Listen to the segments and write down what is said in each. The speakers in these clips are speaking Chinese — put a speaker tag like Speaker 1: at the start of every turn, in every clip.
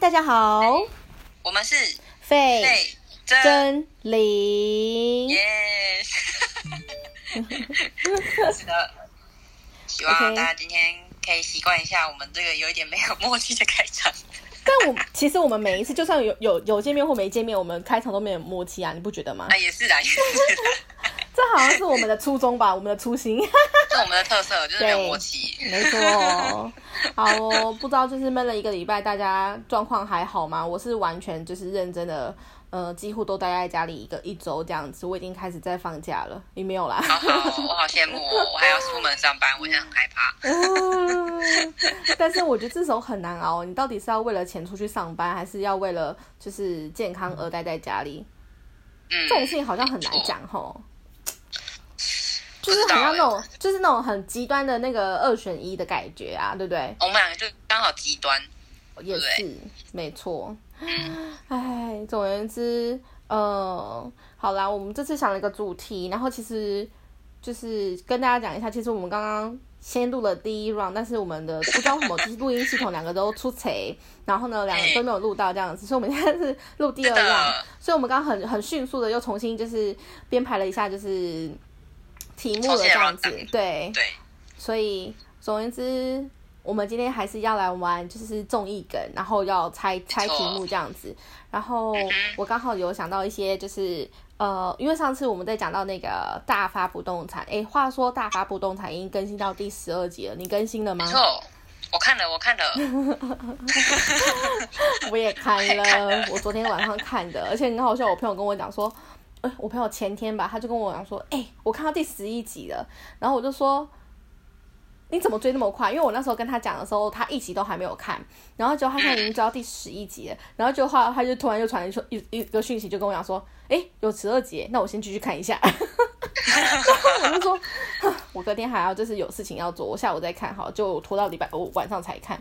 Speaker 1: 大家好，
Speaker 2: 我们是
Speaker 1: 费
Speaker 2: 费真
Speaker 1: 真玲。
Speaker 2: 耶，是的，希望
Speaker 1: OK
Speaker 2: 大家今天可以习惯一下我们这个有一点没有默契的开 场。
Speaker 1: 但我其实我们每一次，就算有有有见面或没见面，我们开场都没有默契啊，你不觉得吗
Speaker 2: 啊，？也是啦，也是啦，
Speaker 1: 这好像是我们的初衷吧，我们的初心。
Speaker 2: 这是我们的特色，就是没有默契。
Speaker 1: 没错哦，好哦，不知道就是闷了一个礼拜，大家状况还好吗？我是完全就是认真的，呃，几乎都待在家里一个一周这样子，我已经开始在放假了，也没有啦。
Speaker 2: 好好，我好羡慕哦，我还要出门上班，我现在很害怕。
Speaker 1: 嗯 但是我觉得这时候很难熬，你到底是要为了钱出去上班，还是要为了就是健康而待在家里？这，
Speaker 2: 嗯
Speaker 1: 种事情好像很难讲吼。就是
Speaker 2: 不知道
Speaker 1: 好像
Speaker 2: 欸
Speaker 1: 那种，就是那种很极端的那个二选一的感觉啊，对不对？
Speaker 2: 我们两个就刚好极端。
Speaker 1: 也是，没错。
Speaker 2: 嗯
Speaker 1: 唉，总而言之，呃，好啦，我们这次想了一个主题，然后其实就是跟大家讲一下，其实我们刚刚先录了第一 round，但是我们的不知道为什么，就是录音系统两个都出贼，然后呢，两个都没有录到这样子，所以我们现在是录第二
Speaker 2: 真
Speaker 1: round，
Speaker 2: 的
Speaker 1: 所以我们刚刚很很迅速的又重新就是编排了一下，就是题目了这样子
Speaker 2: 重新，
Speaker 1: 对，
Speaker 2: 对，
Speaker 1: 所以总而言之，我们今天还是要来玩，就是中一梗，然后要猜猜题目这样子。然后
Speaker 2: 嗯
Speaker 1: 我刚好有想到一些，就是呃，因为上次我们在讲到那个大发不动产，诶，话说大发不动产已经更新到第十二集了，你更新了吗
Speaker 2: 没？错，我看了，我 看了，
Speaker 1: 我也看了，我昨天晚上看的，而且很好笑，我朋友跟我讲说，哎、我朋友前天吧，他就跟我讲说，哎、我看到第十一集了，然后我就说。你怎么追那么快？因为我那时候跟他讲的时候，他一集都还没有看，然后结果他现在已经追到第十一集了，然后就后来他就突然又传一说一一个讯息，就跟我讲说，哎、有十二集耶，那我先继续看一下。 我就说， 哼我隔天还要就是有事情要做，我下午再看好，就拖到礼拜五晚上才看。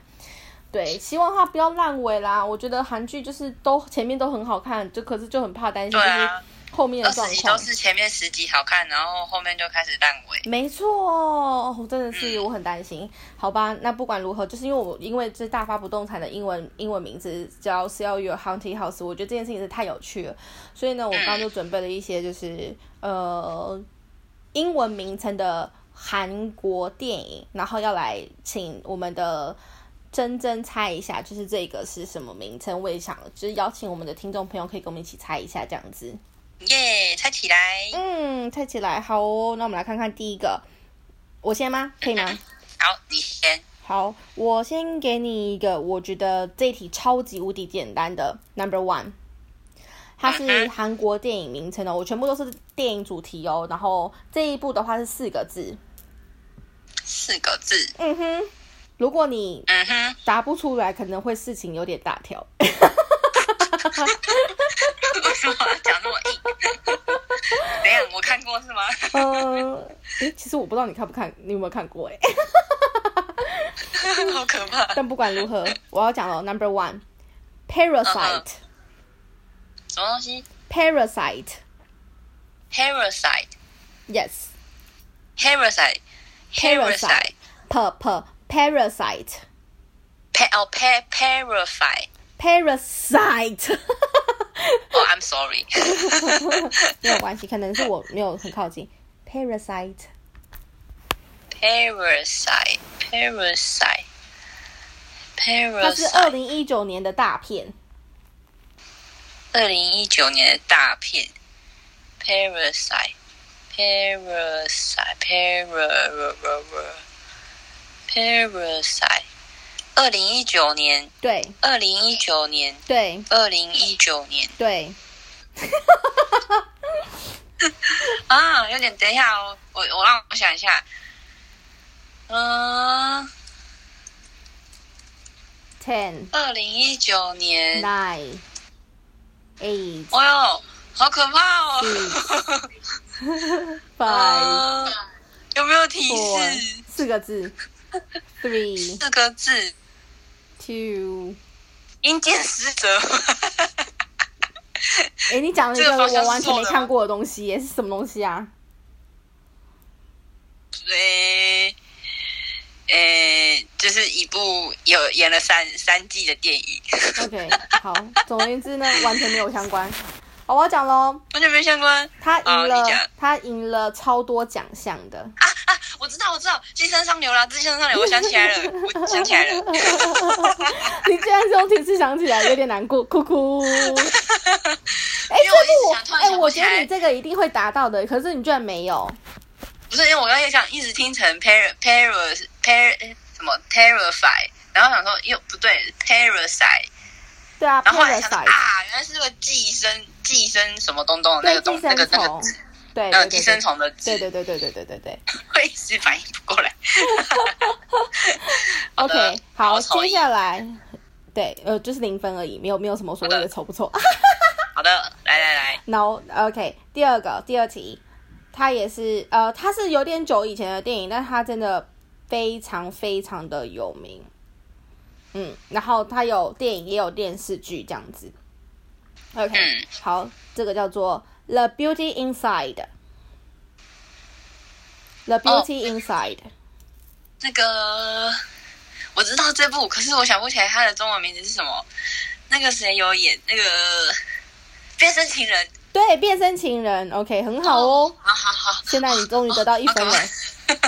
Speaker 1: 对，希望它不要烂尾啦。我觉得韩剧就是都前面都很好看，就可是就很怕担心就
Speaker 2: 对
Speaker 1: 是
Speaker 2: 啊
Speaker 1: 后面的
Speaker 2: 二
Speaker 1: 状
Speaker 2: 十集
Speaker 1: 况
Speaker 2: 都。是前面十集好看，然后后面就开始烂尾。
Speaker 1: 没错，我真的
Speaker 2: 嗯
Speaker 1: 是我很担心。好吧，那不管如何，就是因为我因为这大发不动产的英文英文名字叫 Sell Your Haunted House，我觉得这件事情是太有趣了，所以呢，
Speaker 2: 嗯
Speaker 1: 我刚刚就准备了一些就是呃英文名称的韩国电影，然后要来请我们的。真真猜一下，就是这个是什么名称？我也想，就是邀请我们的听众朋友可以跟我们一起猜一下，这样子。
Speaker 2: 耶，猜起来，
Speaker 1: 嗯，猜起来好哦。那我们来看看第一个，我先吗？可以吗？
Speaker 2: 好，你先。
Speaker 1: 好，我先给你一个，我觉得这一题超级无敌简单的 Number One，它是韩国电影名称哦，我全部都是电影主题哦。然后这一部的话是四个字，
Speaker 2: 四个字。
Speaker 1: 嗯哼，如果你
Speaker 2: 嗯哼，
Speaker 1: 答不出来，可能会事情有点大条。
Speaker 2: 为什么讲那么硬？怎样？我看过是吗？
Speaker 1: 嗯、呃，诶其实我不知道你看不看，你有没有看过诶。
Speaker 2: 好可怕！
Speaker 1: 但不管如何，我要讲了 Number One，Parasite，Parasite。
Speaker 2: 什么东西
Speaker 1: Parasite
Speaker 2: ？Parasite，Parasite，Parasite，
Speaker 1: Yes，per per parasite
Speaker 2: pa 哦 pa parasite。
Speaker 1: parasite，
Speaker 2: 哦、i m sorry。
Speaker 1: 没有关系，可能是我没有很靠近 parasite。
Speaker 2: Parasite，Parasite，Parasite。
Speaker 1: 它是二零一九年的大片，
Speaker 2: 二零一九年的大片《Parasite》，Parasite，Parasite，Parasite，二零一九年，
Speaker 1: 对
Speaker 2: 二零一九年，
Speaker 1: 对
Speaker 2: 二零一九年
Speaker 1: 对，
Speaker 2: 啊，有点，等一下哦，我我让我想一下，嗯、
Speaker 1: ten
Speaker 2: 2二零一九年，
Speaker 1: nine eight
Speaker 2: 哎呦，好可怕哦！
Speaker 1: five
Speaker 2: 啊，有没有提
Speaker 1: four
Speaker 2: 示？
Speaker 1: 四个字 three
Speaker 2: 四个字。
Speaker 1: two，
Speaker 2: 阴间使者，
Speaker 1: 哎，诶你讲了一
Speaker 2: 这
Speaker 1: 个
Speaker 2: 个方向
Speaker 1: 我完
Speaker 2: 是
Speaker 1: 全
Speaker 2: 错
Speaker 1: 没
Speaker 2: 的
Speaker 1: 看
Speaker 2: 吗
Speaker 1: 过的东西耶，是什么东西啊？
Speaker 2: 诶、诶、呃就是一部有演了三三季的电影，
Speaker 1: OK，好，总而言之呢，完全没有相关。好，我要讲喽，
Speaker 2: 完全没相关。
Speaker 1: 他赢
Speaker 2: 好你
Speaker 1: 了
Speaker 2: 讲，
Speaker 1: 他赢了超多奖项的。
Speaker 2: 我知道，我知道，《寄生上流》啦，《寄生上流》，我想起来了，我想起来了。
Speaker 1: 你居然是用提示想起来，有点难过，哭哭。哎、
Speaker 2: 因为我一
Speaker 1: 这部
Speaker 2: 直想
Speaker 1: 我
Speaker 2: 突然
Speaker 1: 哎、
Speaker 2: 想不
Speaker 1: 我
Speaker 2: 起
Speaker 1: 觉得
Speaker 2: 来
Speaker 1: 你这个一定会达到的，可是你居然没有。
Speaker 2: 不是，因为我刚才想一直听成 para para para 诶什么 terrify，然后想说又不对 parasite，
Speaker 1: 对啊
Speaker 2: 然后后来想到
Speaker 1: ，parasite，
Speaker 2: 啊，原来是那个寄生寄生什么东东的那
Speaker 1: 对
Speaker 2: 个
Speaker 1: 寄
Speaker 2: 东那
Speaker 1: 生
Speaker 2: 个那个
Speaker 1: 虫，对
Speaker 2: 呃
Speaker 1: 对
Speaker 2: 寄生
Speaker 1: 对
Speaker 2: 虫的字，
Speaker 1: 对对对对对对对对。
Speaker 2: 会一时反应不过来。好的
Speaker 1: OK，好，
Speaker 2: 丑
Speaker 1: 接
Speaker 2: 一
Speaker 1: 下来，对，呃，就是零分而已，没有没有什么所谓
Speaker 2: 好
Speaker 1: 的
Speaker 2: 的
Speaker 1: 丑不丑。
Speaker 2: 好的，来来来，
Speaker 1: No，OK，、第二个第二题，它也是呃，它是有点久以前的电影，但它真的非常非常的有名。嗯，然后它有电影也有电视剧这样子。OK，、
Speaker 2: 嗯
Speaker 1: 好，这个叫做《The Beauty Inside》。The
Speaker 2: 哦
Speaker 1: Beauty Inside，、
Speaker 2: 那个我知道这部，可是我想不起来它的中文名字是什么。那个谁有演那个变身情人？
Speaker 1: 对，变身情人，OK，很好哦。
Speaker 2: 好好 好，
Speaker 1: 现在你终于得到一分了，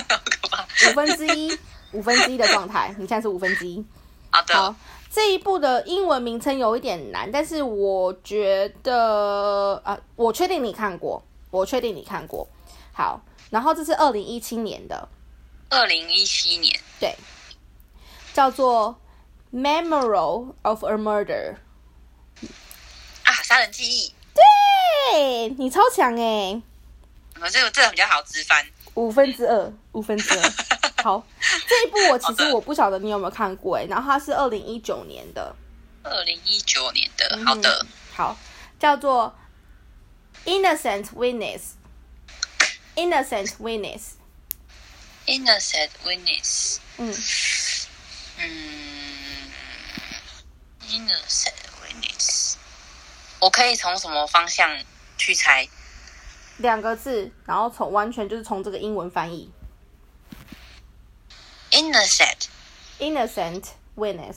Speaker 2: 好可怕。
Speaker 1: 五分之一，五分之一的状态，你现在是五分之一。
Speaker 2: 好的，
Speaker 1: 好，这一部的英文名称有一点难，但是我觉得啊、我确定你看过，我确定你看过。好，然后这是二零一七年的，
Speaker 2: 二零一七年，
Speaker 1: 对，叫做《Memorial of a Murder》。
Speaker 2: 啊，杀人记忆，
Speaker 1: 对，你超强哎、
Speaker 2: 我嗯这个这个比较好直翻。
Speaker 1: 五分之二，五分之二。好，这一部我其
Speaker 2: 好
Speaker 1: 实
Speaker 2: 的
Speaker 1: 我不晓得你有没有看过哎、然后它是二零一九年的，
Speaker 2: 二零一九年的，好的
Speaker 1: 嗯，，好，叫做 Innocent Witness。Innocent Witness，
Speaker 2: Innocent Witness，
Speaker 1: 嗯，
Speaker 2: 嗯，Innocent Witness，我可以从什么方向去猜？
Speaker 1: 两个字，然后从完全就是从这个英文翻译
Speaker 2: innocent
Speaker 1: Innocent Witness。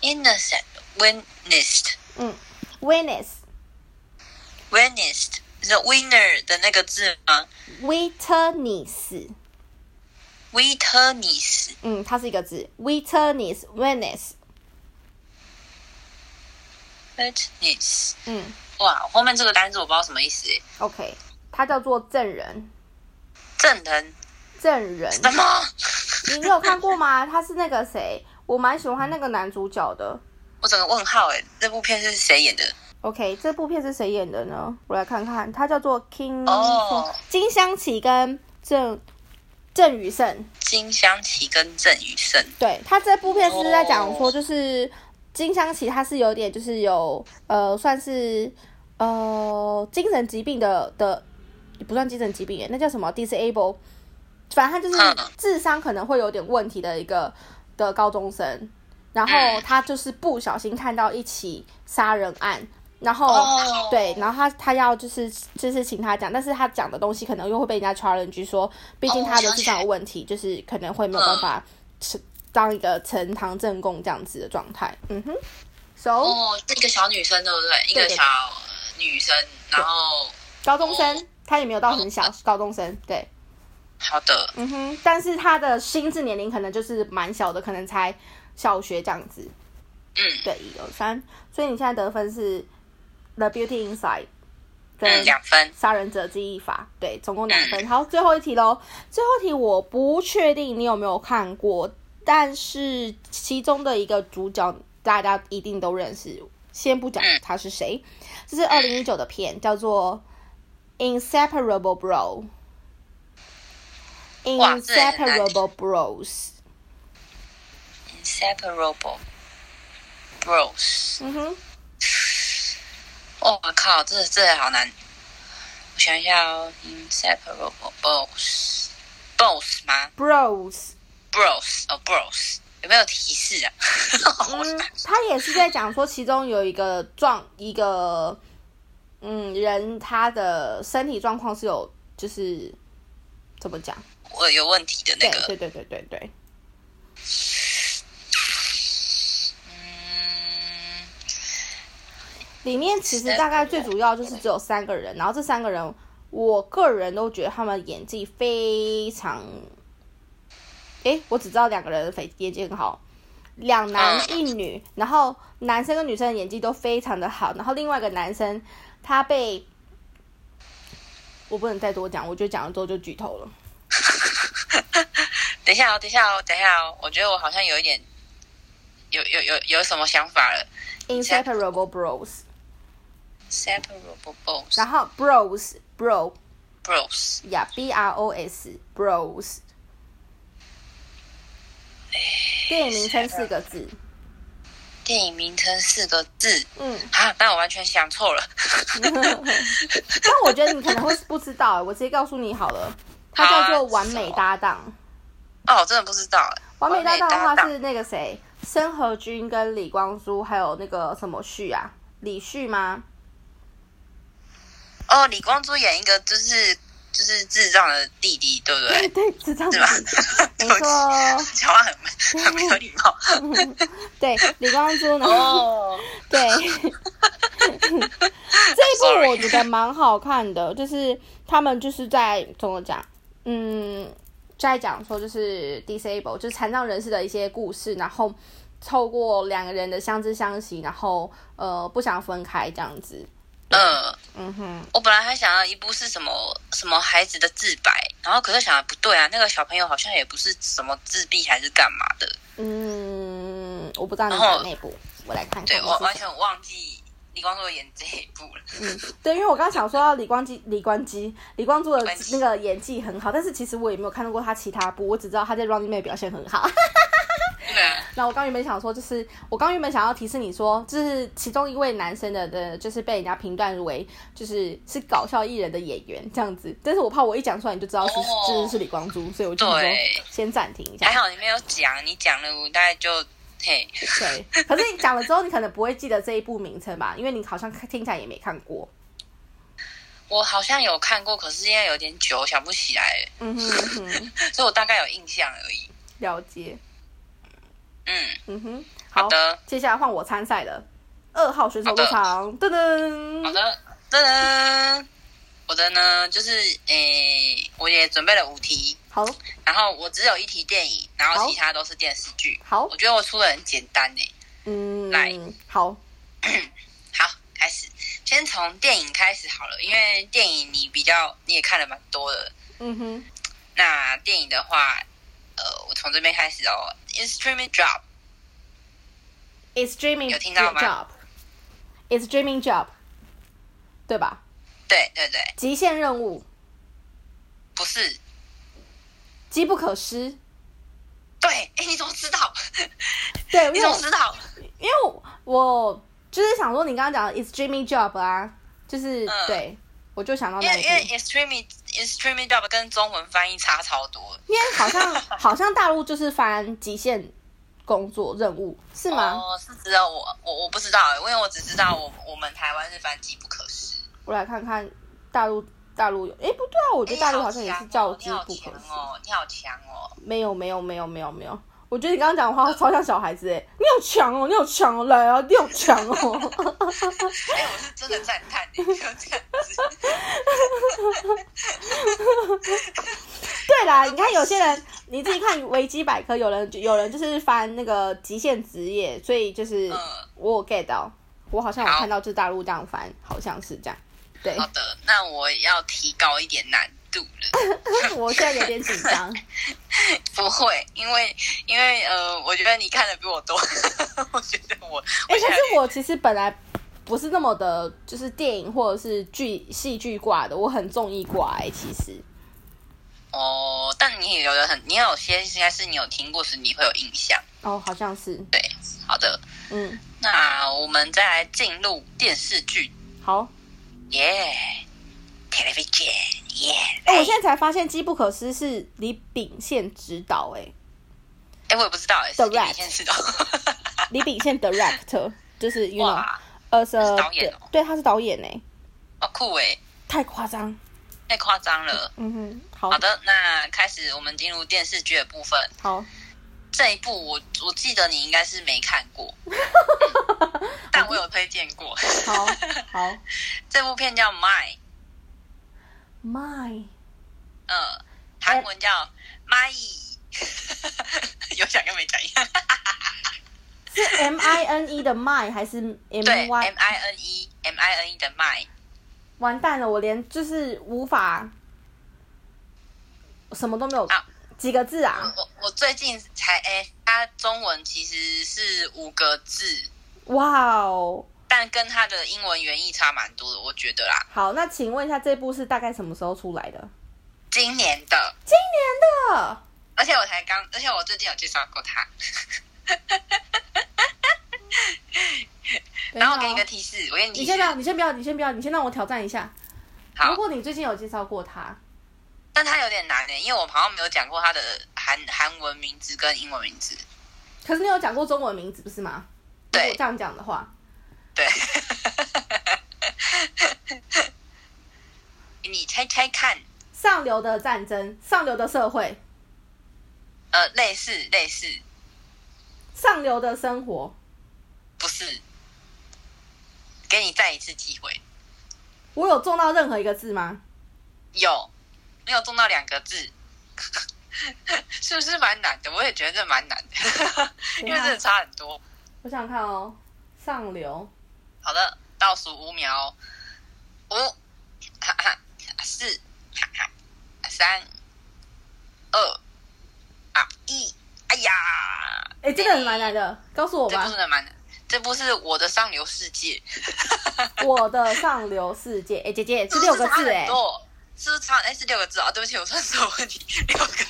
Speaker 2: innocent witnessed
Speaker 1: 嗯，Witness
Speaker 2: witnessed 是 winner 的那个字吗
Speaker 1: Witness，
Speaker 2: ？witness
Speaker 1: 嗯，它是一个字 Witness Witness，
Speaker 2: witness
Speaker 1: 嗯
Speaker 2: 哇，后面这个单字我不知道什么意思耶。
Speaker 1: ，OK，它叫做证人，
Speaker 2: 证人
Speaker 1: 证人。
Speaker 2: 什么？
Speaker 1: 你你有看过吗？他是那个谁，我蛮喜欢那个男主角的。
Speaker 2: 我整个问号哎，这部片是谁演的？
Speaker 1: OK，这部片是谁演的呢？我来看看，它叫做 King，、
Speaker 2: 哦
Speaker 1: 金湘琪跟郑郑宇盛。
Speaker 2: 金湘琪跟郑宇盛。
Speaker 1: 对他这部片是在讲说，就是金湘琪她是有点就是有呃算是呃精神疾病的的，也不算精神疾病耶，那叫什么 disable，反正他就是
Speaker 2: 嗯
Speaker 1: 智商可能会有点问题的一个的高中生，然后
Speaker 2: 嗯
Speaker 1: 他就是不小心看到一起杀人案，然后。
Speaker 2: 哦
Speaker 1: 对，然后他他要就是就是请他讲，但是他讲的东西可能又会被人家 challenge 说，毕竟
Speaker 2: 哦
Speaker 1: 他的
Speaker 2: 了
Speaker 1: 智商有
Speaker 2: 解
Speaker 1: 问题，就是可能会没有办法成当一个呈堂证供这样子的状态。嗯哼，so
Speaker 2: 哦，是一个小女生对不对？一
Speaker 1: 对
Speaker 2: 个
Speaker 1: 对
Speaker 2: 小女生，然后
Speaker 1: 高中生他也没有到
Speaker 2: 哦
Speaker 1: 很小，高中生对，
Speaker 2: 好的，
Speaker 1: 嗯哼，但是他的心智年龄可能就是蛮小的，可能才小学这样子。
Speaker 2: 嗯
Speaker 1: 对，一二三，所以你现在得分是《The Beauty Inside》
Speaker 2: 嗯，
Speaker 1: 跟
Speaker 2: 两分。
Speaker 1: 杀人者记忆法，对，总共两分。
Speaker 2: 嗯
Speaker 1: 好，最后一题喽。最后一题我不确定你有没有看过，但是其中的一个主角大家一定都认识，先不讲
Speaker 2: 嗯
Speaker 1: 他是谁，这是二零一九的片，叫做《Inseparable Bro》。
Speaker 2: 哇这很难
Speaker 1: Inseparable Bros，
Speaker 2: Inseparable Bros。
Speaker 1: 嗯哼，
Speaker 2: 哦，我靠，这这好难。我想一下哦，inseparable bros bros 吗
Speaker 1: ，Bros，
Speaker 2: ？bros 哦，bros 有没有提示啊？
Speaker 1: 嗯，他也是在讲说，其中有一个状一个嗯人，他的身体状况是有就是怎么讲
Speaker 2: 我有问题的那个。
Speaker 1: 对对对对对对，
Speaker 2: 嗯，
Speaker 1: 里面其实大概最主要就是只有三个人，然后这三个人，我个人都觉得他们演技非常，诶，我只知道两个人的肥演技很好，两男
Speaker 2: 嗯
Speaker 1: 一女，然后男生跟女生的演技都非常的好，然后另外一个男生他被，我不能再多讲，我觉得讲了之后就剧透了。
Speaker 2: 嗯 等一下哦，等一下哦，等一下哦，我觉得我好像有一点，有有有有什么想法了。
Speaker 1: Inseparable Bros，
Speaker 2: Separable
Speaker 1: 然后 Bros Bro
Speaker 2: bros，
Speaker 1: 呀、B R O S Bros，电影名称四个字。
Speaker 2: 电影名称四个字
Speaker 1: 嗯，
Speaker 2: 啊，那我完全想错 了。
Speaker 1: 但我觉得你可能会不知道，我直接告诉你好了，它叫做《
Speaker 2: 啊
Speaker 1: 完美搭档》。
Speaker 2: 哦，我真的不知道哎。
Speaker 1: 完美搭档的
Speaker 2: 完美搭
Speaker 1: 话
Speaker 2: 档
Speaker 1: 是那个谁，申和君跟李光洙，还有那个什么旭啊，李旭吗？
Speaker 2: 哦，李光洙演一个就是就是智障的弟弟，对不 对？
Speaker 1: 对，是这样
Speaker 2: 是吧
Speaker 1: 子，？没
Speaker 2: 对不起
Speaker 1: 错，哦
Speaker 2: 讲话很很没有礼貌。
Speaker 1: 对，李光洙，然后
Speaker 2: 哦，
Speaker 1: 对， 这一部我觉得蛮好看的，就是他们就是在怎么讲，嗯，在讲说就是 disable 就是残障人士的一些故事，然后透过两个人的相知相惜，然后呃不想分开这样子，
Speaker 2: 嗯，
Speaker 1: 嗯哼，
Speaker 2: 我本来还想要一部是什么什么孩子的自白，然后可是想来不对啊，那个小朋友好像也不是什么自闭还是干嘛的，
Speaker 1: 嗯，我不知道你讲哪部，我来看看
Speaker 2: 对
Speaker 1: 是
Speaker 2: 我
Speaker 1: 什么
Speaker 2: 完全忘记李光洙演这一部了。
Speaker 1: 嗯，对，因为我刚刚想说到李光基、李光基、李光洙的
Speaker 2: 关机
Speaker 1: 那个演技很好，但是其实我也没有看到过他其他部，我只知道他在《Running Man》表现很好。
Speaker 2: 对啊，
Speaker 1: 那我刚原本想说，就是我刚原本想要提示你说，就是其中一位男生的的，就是被人家评断为就是是搞笑艺人的演员这样子，但是我怕我一讲出来你就知道是、
Speaker 2: 哦
Speaker 1: 就是是李光洙，所以我就想说
Speaker 2: 对
Speaker 1: 先暂停一下
Speaker 2: 还。好你没有讲，你讲了我大概就嘿，
Speaker 1: 对，可是你讲了之后，你可能不会记得这一部名称吧，因为你好像看听起来也没看过。
Speaker 2: 我好像有看过，可是因为有点久想不起来了，
Speaker 1: 嗯哼嗯哼，
Speaker 2: 所以我大概有印象而已。
Speaker 1: 了解。
Speaker 2: 嗯，
Speaker 1: 嗯哼，好
Speaker 2: 好的，
Speaker 1: 接下来换我参赛了。二号选手入场，噔
Speaker 2: 好
Speaker 1: 噔。
Speaker 2: 的，噔噔，我的呢就是诶、我也准备了五题，
Speaker 1: 好，
Speaker 2: 然后我只有一题电影，然
Speaker 1: 好
Speaker 2: 后其他都是电视剧。
Speaker 1: 好
Speaker 2: 我，觉得我出的很简单呢、
Speaker 1: 嗯
Speaker 2: 来，
Speaker 1: 好，
Speaker 2: 好，开始，先从电影开始好了，因为电影你比较你也看了蛮多的。
Speaker 1: 嗯哼，
Speaker 2: 那电影的话，呃，我从这边开始哦。Is streaming job
Speaker 1: ，It's dreaming
Speaker 2: 有听到吗
Speaker 1: job，It's dreaming job，对吧？
Speaker 2: 对对对，
Speaker 1: 极限任务，
Speaker 2: 不是
Speaker 1: 机不可失。
Speaker 2: 对，哎，你怎么知道？
Speaker 1: 对，
Speaker 2: 你
Speaker 1: 因为
Speaker 2: 怎
Speaker 1: 我
Speaker 2: 么知道？
Speaker 1: 因为我我就是想说，你刚刚讲的 It's dreaming job 啊，就是、
Speaker 2: 嗯
Speaker 1: 对，我就想到
Speaker 2: 因
Speaker 1: 那
Speaker 2: 为
Speaker 1: 一
Speaker 2: 因为
Speaker 1: 部，
Speaker 2: is streaming is streaming job 跟中文翻译差超多的。
Speaker 1: 因为好像 好像大陆就是翻极限工作任务是吗？
Speaker 2: 哦，是只有我我我不知道欸，因为我只知道我我们台湾是翻机不可失。
Speaker 1: 我来看看大陆大陆有，哎、不对啊，我觉得大陆好像也是叫机不可
Speaker 2: 你
Speaker 1: 失。
Speaker 2: 哎好强哦，你好强哦！
Speaker 1: 没有没有没有没有没有，我觉得你刚刚讲的话超像小孩子哎、你好强哦，你好强哦，来啊，你好强哦。
Speaker 2: 哎、我是真的赞叹欸你，就这 样子。
Speaker 1: 对啦，你看有些人，你自己看维基百科，有人有人就是翻那个极限职业，所以就是
Speaker 2: 嗯
Speaker 1: 我有 get 到，我好像有
Speaker 2: 好
Speaker 1: 看到就是大陆这样翻，好像是这样。对
Speaker 2: 好，的，那我要提高一点难度了。
Speaker 1: 我现在有点紧 张。
Speaker 2: 不会，因为因为呃，我觉得你看的比我多， 我觉得 我
Speaker 1: 哎、
Speaker 2: 我现
Speaker 1: 可
Speaker 2: 在
Speaker 1: 是我其实本来不是那么的，就是电影或者是剧戏剧挂的，我很综艺挂哎、其实
Speaker 2: 哦，但你也有的很，你有些应该是你有听过，是你会有印象。
Speaker 1: 哦，好像是，
Speaker 2: 对，好的，
Speaker 1: 嗯，
Speaker 2: 那我们再来进入电视剧，
Speaker 1: 好。
Speaker 2: 耶、television，耶、
Speaker 1: 哎、我现在才发现《机不可失》是李秉宪执导、欸
Speaker 2: 哎、我也不知道、哎，
Speaker 1: The
Speaker 2: 是你
Speaker 1: Rat
Speaker 2: 先知 道。
Speaker 1: 哎，李秉宪 director 就是，you know，
Speaker 2: 哦哇，
Speaker 1: 呃，是
Speaker 2: 是导演哦
Speaker 1: 对，他是导演哎、
Speaker 2: 好酷哎、
Speaker 1: 太夸张，
Speaker 2: 太夸张了。
Speaker 1: 嗯哼，好，
Speaker 2: 好的，那开始我们进入电视剧的部分。
Speaker 1: 好，
Speaker 2: 这一部我我记得你应该是没看 过，嗯但我有推荐过。
Speaker 1: 好，好
Speaker 2: 这部片叫《My》，
Speaker 1: ，My，
Speaker 2: 嗯，韩文叫《My》，有讲跟没讲一样。
Speaker 1: 是 M I N E 的 My 还是 M
Speaker 2: 对
Speaker 1: Y？
Speaker 2: ，M I N E M I N E 的 My，
Speaker 1: 完蛋了，我连就是无法什么都没有
Speaker 2: 好，
Speaker 1: 几个字啊！
Speaker 2: 我我最近才哎、它中文其实是五个字，
Speaker 1: 哇哦，
Speaker 2: 但跟它的英文原意差蛮多的，我觉得啦。
Speaker 1: 好，那请问一下这部是大概什么时候出来的？
Speaker 2: 今年的，
Speaker 1: 今年的。
Speaker 2: 而且我才刚，而且我最近有介绍过它。然后我给你个
Speaker 1: 等一下哦，
Speaker 2: 提示，我给你提
Speaker 1: 你
Speaker 2: 示
Speaker 1: 先不，要，你先不要，你先不要，你先让我挑战一下。如
Speaker 2: 好，
Speaker 1: 果你最近有介绍过他，
Speaker 2: 但它有点难诶，因为我好像没有讲过它的韩韩文名字跟英文名字。
Speaker 1: 可是你有讲过中文名字不是吗？
Speaker 2: 对
Speaker 1: 如果这样讲的话，
Speaker 2: 对， 你猜猜看，
Speaker 1: 上流的战争，上流的社会，
Speaker 2: 呃，类似类似，
Speaker 1: 上流的生活，
Speaker 2: 不是，给你再一次机会，
Speaker 1: 我有中到任何一个字吗？
Speaker 2: 有没有中到两个字？是不是蛮难的？我也觉得这蛮难的，因
Speaker 1: 啊
Speaker 2: 为真的差很多。
Speaker 1: 我想想看哦，上流
Speaker 2: 好的，倒数五秒，哦五，哈哈，四，哈哈，三，二，啊一，哎呀，
Speaker 1: 哎、这个很蛮难的，告诉我
Speaker 2: 这部
Speaker 1: 吧
Speaker 2: 真。的蛮难，这部是我的上流世界，
Speaker 1: 我的上流世界，哎、姐姐
Speaker 2: 是
Speaker 1: 是
Speaker 2: 不
Speaker 1: 六
Speaker 2: 是
Speaker 1: 个
Speaker 2: 差
Speaker 1: 字哎、
Speaker 2: 很多，是不是差？哎，是六个字啊、对不起，我算错问题，六个字。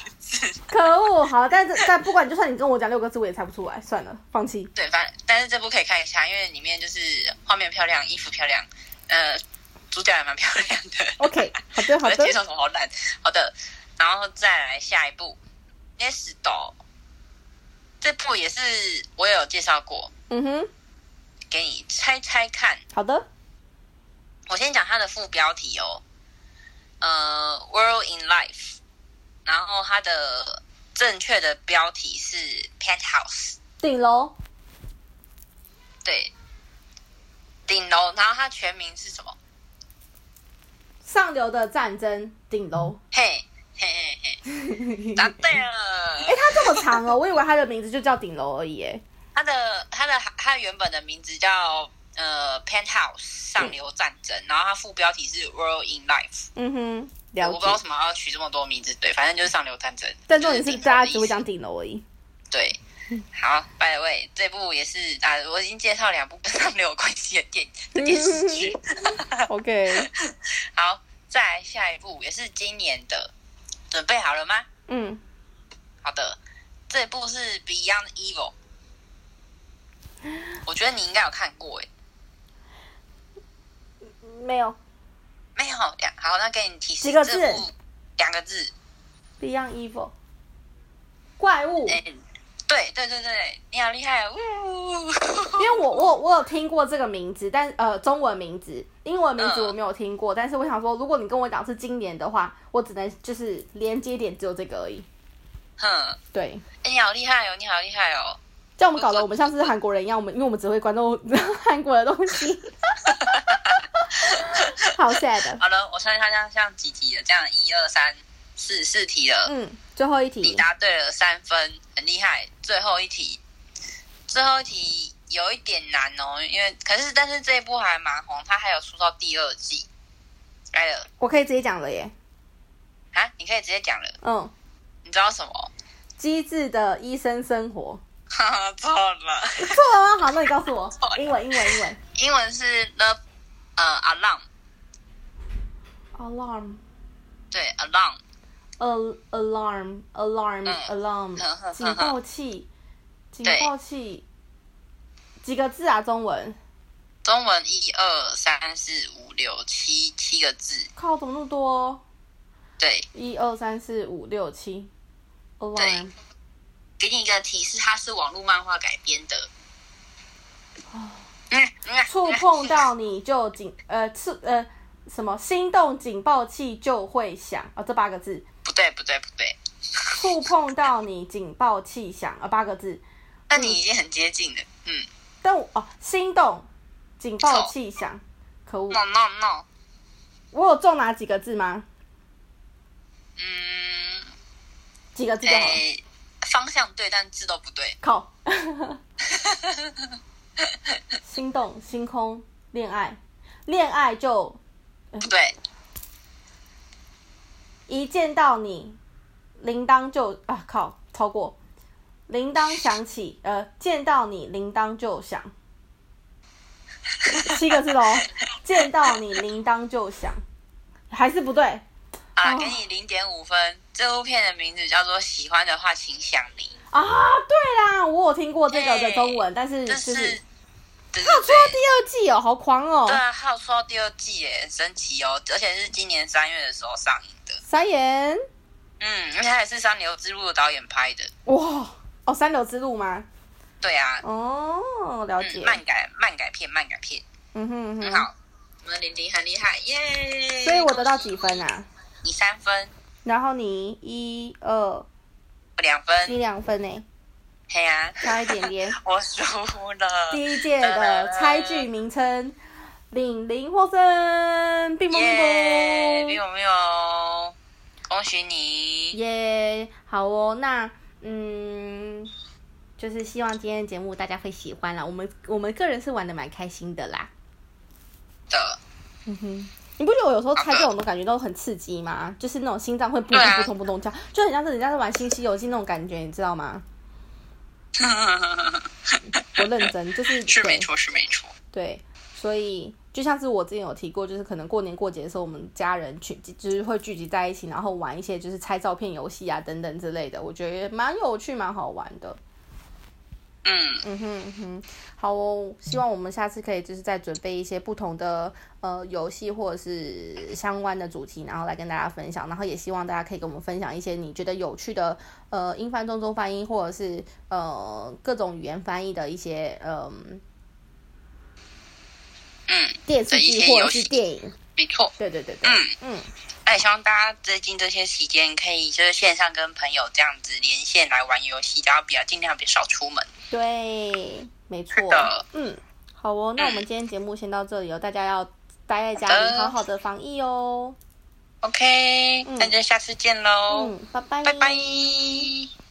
Speaker 1: 可恶！好，但是但不管，就算你跟我讲六个字，我也猜不出来，算了，放弃。
Speaker 2: 对，反但是这部可以看一下，因为里面就是画面漂亮，衣服漂亮，呃，主角也蛮漂亮的。
Speaker 1: OK，好的好
Speaker 2: 我在
Speaker 1: 的
Speaker 2: 介，绍什么好烂？好的，然后再来下一部《Yes 岛》，这部也是我也有介绍过，
Speaker 1: 嗯哼，
Speaker 2: 给你猜猜看。
Speaker 1: 好的，
Speaker 2: 我先讲它的副标题哦，呃，《World in Life》，然后它的正确的标题是《Penthouse》，
Speaker 1: 顶楼
Speaker 2: 对，顶楼。然后它全名是什么？
Speaker 1: 上流的战争，顶楼。
Speaker 2: 嘿，嘿嘿嘿，答
Speaker 1: 哎、
Speaker 2: 对了。
Speaker 1: 它这么长哦， 我以为它的名字就叫顶楼而已，哎，
Speaker 2: 它的它的它原本的名字叫呃 Penthouse 上流战争，然后它副标题是 World in Life。
Speaker 1: 嗯哼，
Speaker 2: 我
Speaker 1: 了
Speaker 2: 不知道为
Speaker 1: 解。
Speaker 2: 什么要取这么多名字，对，反正就是上流战争。
Speaker 1: 但重点
Speaker 2: 就是是
Speaker 1: 大家
Speaker 2: 顶
Speaker 1: 只会
Speaker 2: 头的意思
Speaker 1: 讲顶楼而已。
Speaker 2: 对。好，By the way，这部也是啊，我已经介绍两部跟上流有关系的电的电视 剧。
Speaker 1: OK，
Speaker 2: 好，再来下一部也是今年的，准备好了吗？
Speaker 1: 嗯，
Speaker 2: 好的，这部是 Beyond Evil，我觉得你应该有看过诶、欸
Speaker 1: 没有
Speaker 2: 没有两好，那给你提示
Speaker 1: 几个字
Speaker 2: 这部两个字。
Speaker 1: Beyond Evil，怪物，
Speaker 2: 哎、
Speaker 1: 因
Speaker 2: 对对对对，你好厉害！哦呜，
Speaker 1: 为我我我有听过这个名字，但呃中文名字，英文名字
Speaker 2: 嗯
Speaker 1: 我没有听过。但是我想说，如果你跟我讲是今年的话，我只能就是连接点只有这个而已。
Speaker 2: 哼、
Speaker 1: 对，
Speaker 2: 哎你好厉害哦，你好厉害哦！
Speaker 1: 这样我们搞得我们像是韩国人一样，我们因为我们只会关注 韩国的东西， 好 sad。
Speaker 2: 好了，我相信他这样像几题了，这样一二三四四题了，
Speaker 1: 嗯，最后一
Speaker 2: 你
Speaker 1: 题，
Speaker 2: 答对了三分，很厉害。最后一题，最后一题有一点难哦，因为可是但是这一部还蛮红，它还有出到第二季。来了
Speaker 1: 我可以直接讲了耶。
Speaker 2: 啊，你可以直接讲了，
Speaker 1: 嗯，
Speaker 2: 你知道什么？
Speaker 1: 机智的医生生活，
Speaker 2: 哈哈，错了。
Speaker 1: 错了吗？好，那你告诉我
Speaker 2: 错，了
Speaker 1: 英文，英文，英文
Speaker 2: 英文是 love，呃，alarm，
Speaker 1: ，alarm。
Speaker 2: 对，alarm，
Speaker 1: al alarm alarm
Speaker 2: 嗯
Speaker 1: alarm 警报器，警
Speaker 2: 对
Speaker 1: 报器，几个字啊？中文
Speaker 2: 中文一二三四五六七七个字，
Speaker 1: 靠，怎么那么多？
Speaker 2: 对，
Speaker 1: 一二三四五六七，alarm
Speaker 2: 给你一个提示，它是网络漫画改编的。
Speaker 1: 哦
Speaker 2: 嗯，嗯
Speaker 1: 触碰到你就警呃刺呃什么心动警报器就会响啊、哦，这八个字，
Speaker 2: 不对不对不对，
Speaker 1: 触碰到你警报器响啊、哦，八个字。
Speaker 2: 但你已经很接近了，嗯。
Speaker 1: 但我哦，心动警报器响，可恶！
Speaker 2: No no no，
Speaker 1: 我有中哪几个字吗？
Speaker 2: 嗯，
Speaker 1: 几个字就好了。
Speaker 2: 诶，方向对，但字都不对。
Speaker 1: 靠！心动、星空、恋爱，恋爱就嗯
Speaker 2: 不对，
Speaker 1: 一见到你，铃铛就啊靠，超过铃铛响起，呃，见到你铃铛就响，七个字 哦，见到你铃铛就响，还是不对，
Speaker 2: 啊，
Speaker 1: 哦
Speaker 2: 给你零点五分。这部片的名字叫做《喜欢的话请响铃
Speaker 1: 啊，对啦，我有听过这个的
Speaker 2: 对
Speaker 1: 中文，但是》，
Speaker 2: 这
Speaker 1: 就是是
Speaker 2: 对对
Speaker 1: 他有出到
Speaker 2: 对，
Speaker 1: 第二季哦，好狂哦
Speaker 2: 对！啊，还有出到第二季耶，很神奇哦，而且是今年三月的时候上映的。
Speaker 1: 三言
Speaker 2: 嗯，而且它也是三流之路的导演拍的。
Speaker 1: 哇哦，三流之路吗？
Speaker 2: 对啊，
Speaker 1: 哦，了
Speaker 2: 嗯，
Speaker 1: 解。
Speaker 2: 漫改漫改片，漫改片，
Speaker 1: 嗯哼嗯
Speaker 2: 很
Speaker 1: 哼。
Speaker 2: 好。我们的玲玲很厉害耶，
Speaker 1: 所以我得到几分啊？
Speaker 2: 你三分，
Speaker 1: 然后你一二，
Speaker 2: 我两
Speaker 1: 你
Speaker 2: 分，
Speaker 1: 两分呢、
Speaker 2: 嘿啊呀、
Speaker 1: 差一点点。
Speaker 2: 我输了。
Speaker 1: 第一届的猜剧名称，领零获胜，并不
Speaker 2: 耶，没
Speaker 1: 并不。
Speaker 2: 有没有，恭喜你。
Speaker 1: 耶、好哦，那嗯，就是希望今天的节目大家会喜欢啦。我们我们个人是玩的蛮开心的啦。
Speaker 2: 的，
Speaker 1: 嗯哼，你不觉得我有时候猜这种都感觉都很刺激吗？就是那种心脏会扑
Speaker 2: 对啊
Speaker 1: 扑通扑通跳，就很像是人家在玩星期游戏那种感觉，你知道 吗？我认真，就是
Speaker 2: 是没
Speaker 1: 对
Speaker 2: 错是没错。
Speaker 1: 对，所以就像是我之前有提过，就是可能过年过节的时候，我们家人聚就是会聚集在一起，然后玩一些就是猜照片游戏啊等等之类的，我觉得蛮有趣，蛮好玩的。
Speaker 2: 嗯，
Speaker 1: 嗯哼嗯哼，好哦，希望我们下次可以就是再准备一些不同的呃游戏或者是相关的主题，然后来跟大家分享。然后也希望大家可以跟我们分享一些你觉得有趣的呃英翻中中翻译或者是呃各种语言翻译的一些嗯、
Speaker 2: 嗯，
Speaker 1: 电视
Speaker 2: 的一
Speaker 1: 剧
Speaker 2: 些
Speaker 1: 或者
Speaker 2: 游
Speaker 1: 是
Speaker 2: 戏
Speaker 1: 电影。
Speaker 2: 没错。
Speaker 1: 对对对对，
Speaker 2: 嗯，
Speaker 1: 嗯
Speaker 2: 那也希望大家最近这些期间可以就是线上跟朋友这样子连线来玩游戏，然后比较尽量比较少出门。
Speaker 1: 对，没错
Speaker 2: 是的，
Speaker 1: 嗯，好哦，那我们今天节目先到这里哦，大家要待在家里
Speaker 2: 好的
Speaker 1: 好好的防疫哦，
Speaker 2: OK，、
Speaker 1: 嗯
Speaker 2: 那就下次见喽，
Speaker 1: 哦嗯，拜拜，
Speaker 2: 拜拜。